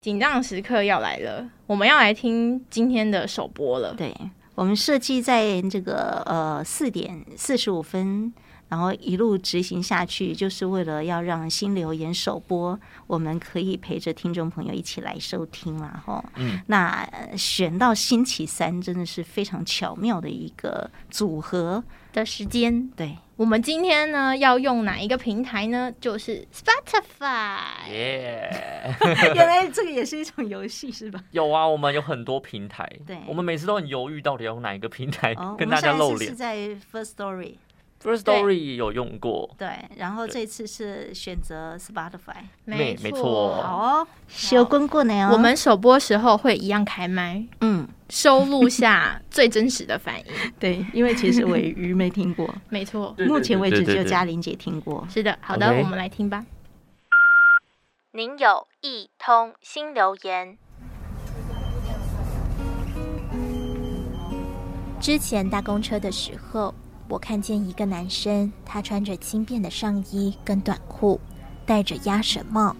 紧张时刻要来了，我们要来听今天的首播了。对，我们设计在这个呃四点四十五分，然后一路执行下去，就是为了要让新留言首播，我们可以陪着听众朋友一起来收听啦。吼，嗯，那呃选到星期三真的是非常巧妙的一个组合，的时间， 对，我们今天呢要用哪一个平台呢？就是 Spotify。耶、原来这个也是一种游戏是吧？有啊，我们有很多平台， 对我们每次都很犹豫到底要用哪一个平台、哦，跟大家我露们上一次是脸。在 First Story， First Story 有用过，对，然后这次是选择 Spotify。没没没错好哦，小棍棍呢？我们首播时候会一样开麦，哦嗯，收录下最真实的反应。对，因为其实尾鱼没听过，没错， 对对对目前为止对对只有对嘉玲姐听过。是的。好的 OK 我们来听吧。您有一通新留言。之前搭公车的时候，我看见一个男生，他穿着轻便的上衣跟短裤，戴着鸭舌帽，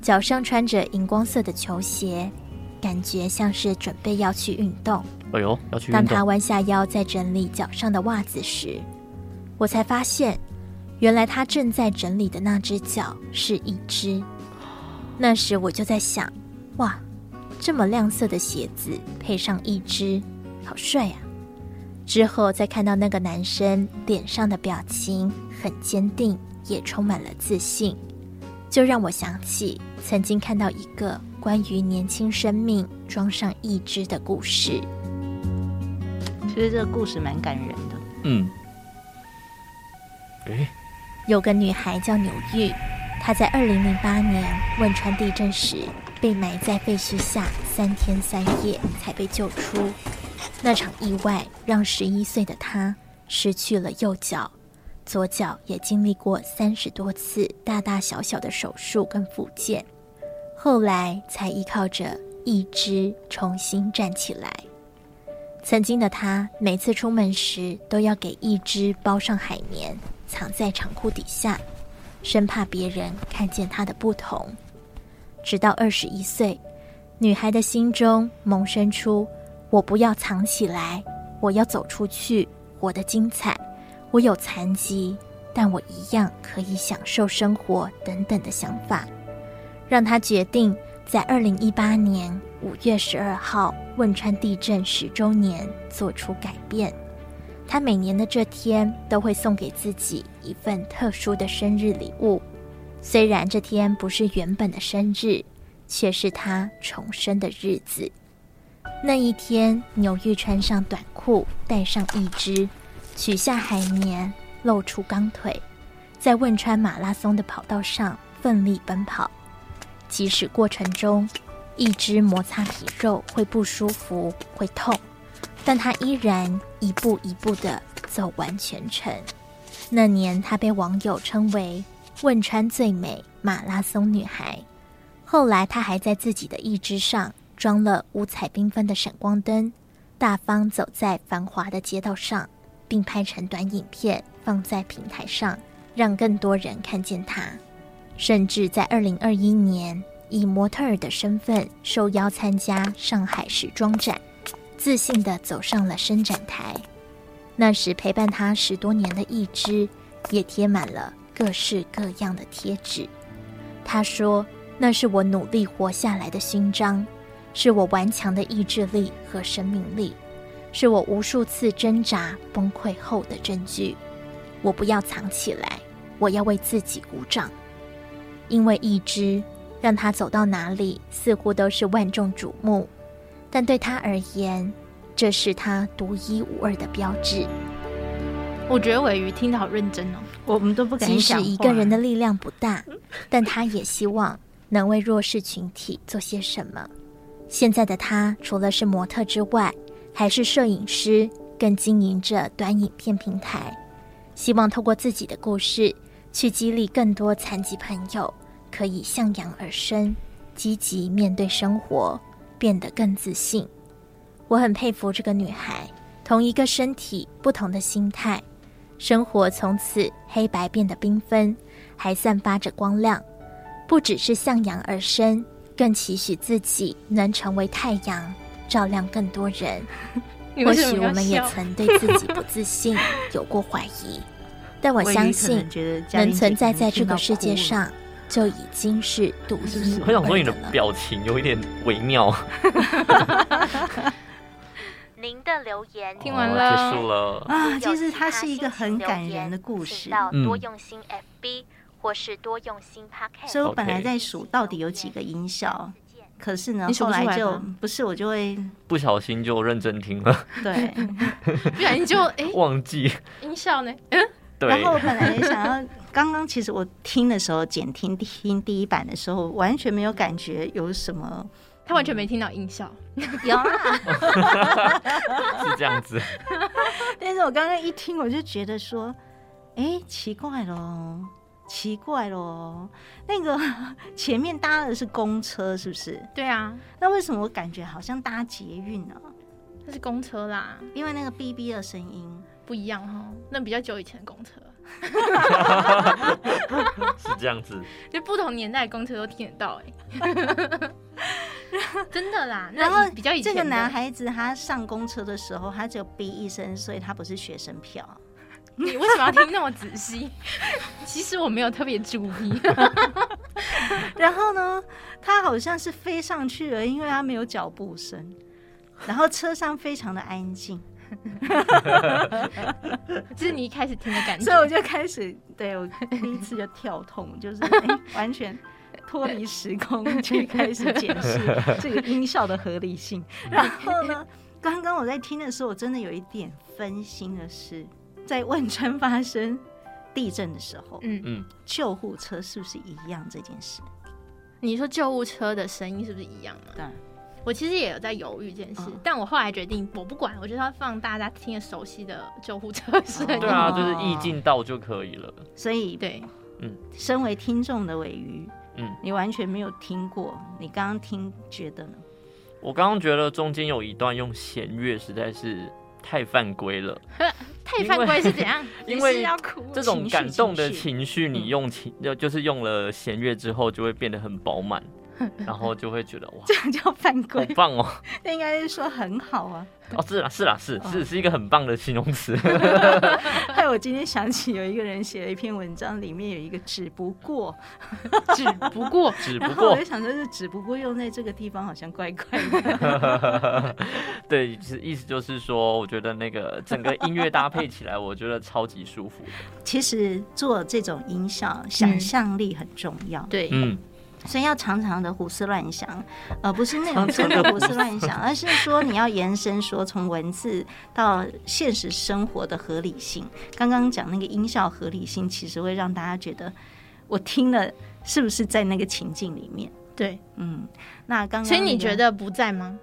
脚上穿着荧光色的球鞋，感觉像是准备要去运动。哎呦，要去当运他动，弯下腰在整理脚上的袜子时，我才发现，原来他正在整理的那只脚是一只。那时我就在想，哇，这么亮色的鞋子配上一只，好帅啊！之后再看到那个男生脸上的表情很坚定，也充满了自信，就让我想起曾经看到一个关于年轻生命装上一只的故事。其实这个故事蛮感人的。嗯，哎、有个女孩叫纽玉，她在2008年汶川地震时被埋在废墟下三天三夜才被救出。那场意外让11岁的她失去了右脚，左脚也经历过三十多次大大小小的手术跟复健，后来才依靠着一只重新站起来。曾经的他，每次出门时都要给一只包上海绵，藏在长裤底下，生怕别人看见他的不同。直到二十一岁，女孩的心中萌生出“我不要藏起来，我要走出去，我的精彩，我有残疾，但我一样可以享受生活”等等的想法。让他决定在二零一八年五月十二号汶川地震十周年做出改变。他每年的这天都会送给自己一份特殊的生日礼物，虽然这天不是原本的生日，却是他重生的日子。那一天，纽玉穿上短裤，戴上一只，取下海绵，露出钢腿，在汶川马拉松的跑道上奋力奔跑。即使过程中一只摩擦皮肉会不舒服、会痛，但他依然一步一步地走完全程。那年，她被网友称为“汶川最美马拉松女孩”。后来，她还在自己的一只上装了五彩缤纷的闪光灯，大方走在繁华的街道上，并拍成短影片放在平台上，让更多人看见她。甚至在2021年以模特儿的身份受邀参加上海时装展，自信地走上了伸展台。那时陪伴他十多年的一只，也贴满了各式各样的贴纸。他说：“那是我努力活下来的勋章，是我顽强的意志力和生命力，是我无数次挣扎崩溃后的证据。我不要藏起来，我要为自己鼓掌。”因为一只让他走到哪里似乎都是万众瞩目，但对他而言，这是他独一无二的标志。我觉得尾鱼听得好认真哦。我们都不即使一个人的力量不大， 但他也希望能为弱势群体做些什么。现在的他除了是模特之外，还是摄影师，更经营着短影片平台，希望透过自己的故事去激励更多残疾朋友可以向阳而生，积极面对生活，变得更自信。我很佩服这个女孩，同一个身体，不同的心态，生活从此黑白变得缤纷，还散发着光亮，不只是向阳而生，更期许自己能成为太阳，照亮更多人。你或为什许么我要们也笑曾对自己不自信，有过怀疑，但 我我相信觉得嘉能玲姐存可在能听在这个到世界哭了，上，就已经是独一 无我想说二你的的了。表情有一点微妙。您的留言听完哦了结束了。啊，嗯其实它是一个很感人的故事。嗯多用心 FB 或是多用心 Podcast 所以我本来 OK 在数到底有几个音效，可是呢你，数后不出来来就吗不是我就 会不小心就认真听了，对，不然你就哎忘记。音效 呢？对然，后我本来也想要，刚刚其实我听的时候，简听听第一版的时候，完全没有感觉有什么他完全没听到音效，有啊，是这样 子。但是我刚刚一听，我就觉得说，哎，奇怪喽，奇怪喽，那个 前面搭的是公车，是不是？对啊，那为什么我感觉好像搭捷运呢、那是公车啦，因为那个哔哔的声音，不一样哈，那比较久以前的公车，是这样子，就不同年代的公车都听得到 哎、真的啦。那然后以比较以前这个的男，孩子他上公车的时候，他只有哔一声，所以他不是学生票。 你为什么要听那么仔细？ 其实我没有特别注意， 然后呢，他好像是飞上去了，因为他没有脚步声。然后车上非常的安静，这是你一开始听的感觉所以。我就开始对 我第一次就跳痛，就是、哎完全脱离时空去开始解释这个音效的合理性。嗯然后呢，刚刚我在听的时候，我真的有一点分心的是，在汶川发生地震的时候，嗯，嗯，救护车是不是一样这件事？你说救护车的声音是不是一样吗？对，我其实也有在犹豫这件事，嗯但我后来决定我不管，我就是要放大家听得熟悉的救护车声哦音。对啊，就是意境到就可以了。所以对，身为听众的尾鱼，嗯，你完全没有听过，你刚刚听觉得呢？我刚刚觉得中间有一段用弦乐实在是太犯规了。太犯规是怎 样？因你为是要哭这种感动的情绪，情绪嗯你用情就就是用了弦乐之后，就会变得很 饱满，然后就会觉得哇，这样叫犯好规，棒哦！那应该是说很好啊。哦，是啦，是啦，是是是一个很棒的形容词。害我今天想起有一个人写了一篇文章，里面有一个“只不过 只不过只”，然不后我过就，想说，这“只不过”用在这个地方好像怪怪的。对，其实意思就是说，我觉得那个整个音乐搭配起来，我觉得超级舒服的。其实做这种音效，想象力很重要，对，嗯，所以要常常的胡思乱想，呃，不是那种真的胡思乱想，而是说你要延伸说从文字到现实生活的合理性。刚刚讲那个音效合理性，其实会让大家觉得我听了是不是在那个情境里面？对，嗯，那刚刚所以你那个觉得不在吗？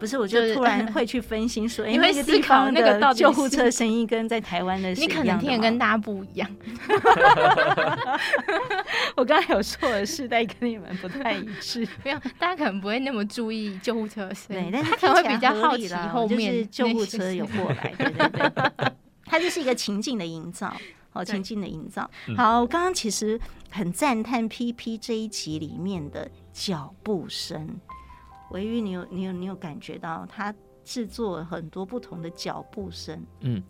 不是？我就就是突 然会去分心说，哎，你会那个思地考方那个的到底救护是车声音跟在台湾的是你可一能样的听的吗跟大家不一样，我刚才有说我的世代跟你们不太一 致。没有，大家可能不会那么注意救护车的声对，音，但是他可能会听比起来较合好理奇啦后面就是救护那些车事有过来，对对对， 它就是一个情境的营造。好，对情境的营造。嗯好，刚刚其实很赞叹 P P 这一集里面的脚步声，维玉，你有你有你有感觉到他制作了很多不同的脚步声，嗯，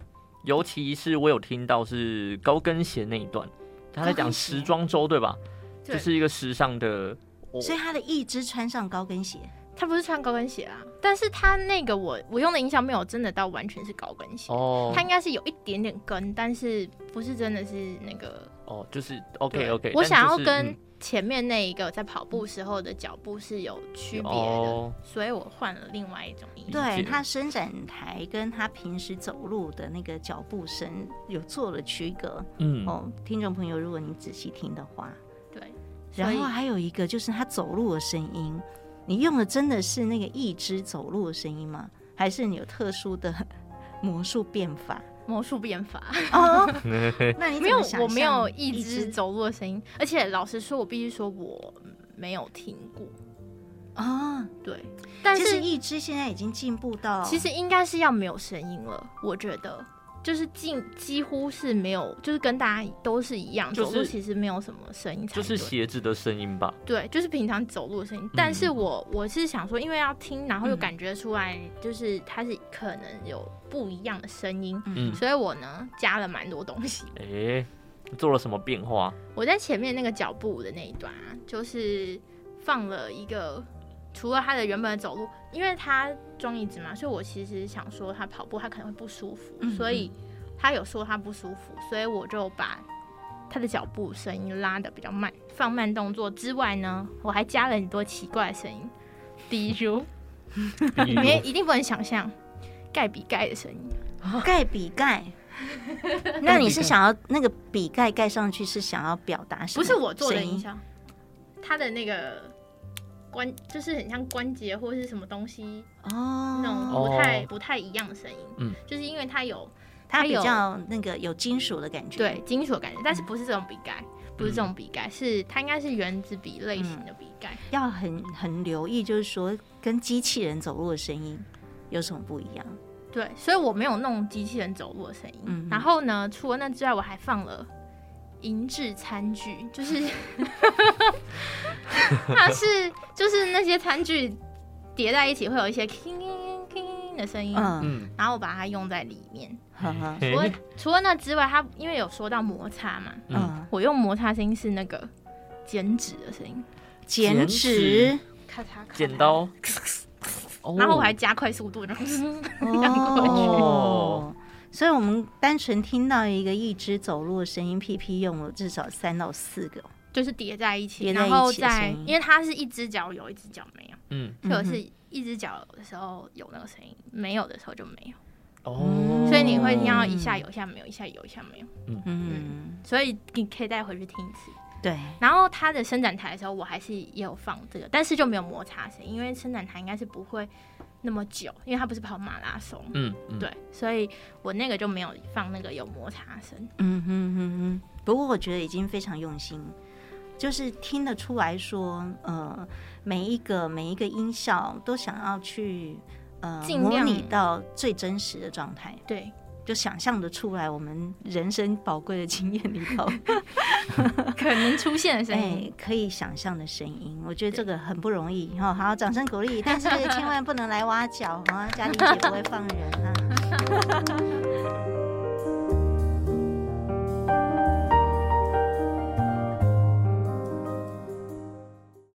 尤其是我有听到是高跟鞋那一段，他在高跟讲鞋时装周对吧？对就是一个时尚的，我所以他的一只穿上高跟鞋，他不是穿高跟鞋啊，但是他那个我我用的音效没有真的到完全是高跟鞋，哦他应该是有一点点跟，但是不是真的是那个哦，就是对 OK OK，我想要嗯跟前面那一个在跑步时候的脚步是有区别的，哦所以我换了另外一种音乐。对解他伸展台跟他平时走路的那个脚步声有做了区隔。嗯哦，听众朋友，如果你仔细听的话，对，所然以后还有一个就是他走路的声音，你用的真的是那个一只走路的声音吗？还是你有特殊的魔术变法？魔术变法哦， 那你怎么没有，想我没有象一只走路的声音，而且老实说，我必须说我没有听过。啊，对，但其实是嗯一只现在已经进步到其实应该是要没有声音了，我觉得。就是近几乎是没有，就是跟大家都是一样，就走路是其实没有什么声音才就对，是嗯鞋子的声音吧。对，就是平常走路的声音。但是我我是想说，因为要听，然后又嗯感觉出来，就是它是可能有不一样的声音，嗯，所以我呢加了蛮多东西。诶，你做了什么变 化？我在前面那个脚步舞的那一段啊，就是放了一个，除了他的原本的走路，因为他装椅子嘛，所以我其实想说他跑步他可能会不舒服，嗯所以他有说他不舒服，所以我就把他的脚步声音拉的比较慢，放慢动作之外呢，我还加了很多奇怪的声音，比如比你如们一定不能想象盖比盖的声音，盖笔 盖。那你是想要那个笔盖盖上去是想要表达什么？不是我做的声音音，效，他的那个关就是很像关节或是什么东西那种哦，不太、哦不太一样的声音，嗯就是因为它有它它比有较那个有金属的感觉。对，金属的感觉，但是不是这种笔盖，不是这嗯种笔盖，是它应该是原子笔类型的笔盖。要很很留意，就是说跟机器人走路的声音有什么不一样？对，所以我没有弄机器人走路的声音。嗯然后呢，除了那之外，我还放了银质餐具，就是 它是就是那些餐具叠在一起会有一些 king king 的声音，嗯，嗯，然后我把它用在里面。呵呵，诶除了除了那之外，它因为有说到摩擦嘛，嗯，我用摩擦声音是那个剪纸的声音，剪剪纸纸咔嚓咔嚓剪，刀。哦然后我还加快速度，然后嗯哦。所以，我们单纯听到一个一只走路的声音，P P 用了至少三到四个。就是叠在一起，叠在然一起后的声再音因为它是一只脚有，一只脚没有，嗯所以我嗯哼是一只脚的时候有那个声音，没有的时候就没有，哦，所以你会听到一下有，一下没有，一下有，一下没有，嗯，所以你可以带回去听一次。对，然后它的伸展台的时候，我还是也有放这个，但是就没有摩擦声，因为伸展台应该是不会那么久，因为它不是跑马拉松，嗯，嗯，对，所以我那个就没有放那个有摩擦声。嗯哼哼哼。不过，我觉得已经非常用心，就是听得出来说，呃，每一个每一个音效都想要去呃尽模量拟到最真实的状态。对，就想象的出来我们人生宝贵的经验里 头，可能出现的声音。哎，可以想象的声音，我觉得这个很不容易哈、好，掌声鼓励， 但是千万不能来挖角啊，家里姐不会放人啊。